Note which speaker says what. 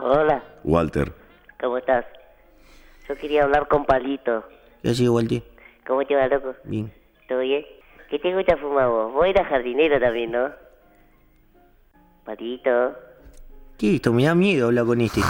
Speaker 1: Hola,
Speaker 2: Walter.
Speaker 1: ¿cómo estás? Yo quería hablar con Palito.
Speaker 3: ¿Qué sido, Walter?
Speaker 1: ¿Cómo te va, loco?
Speaker 3: Bien.
Speaker 1: ¿Todo bien? ¿Qué te gusta fumar vos? Vos eras jardinero también, ¿no? Palito.
Speaker 3: ¿Qué es esto? Me da miedo hablar con este.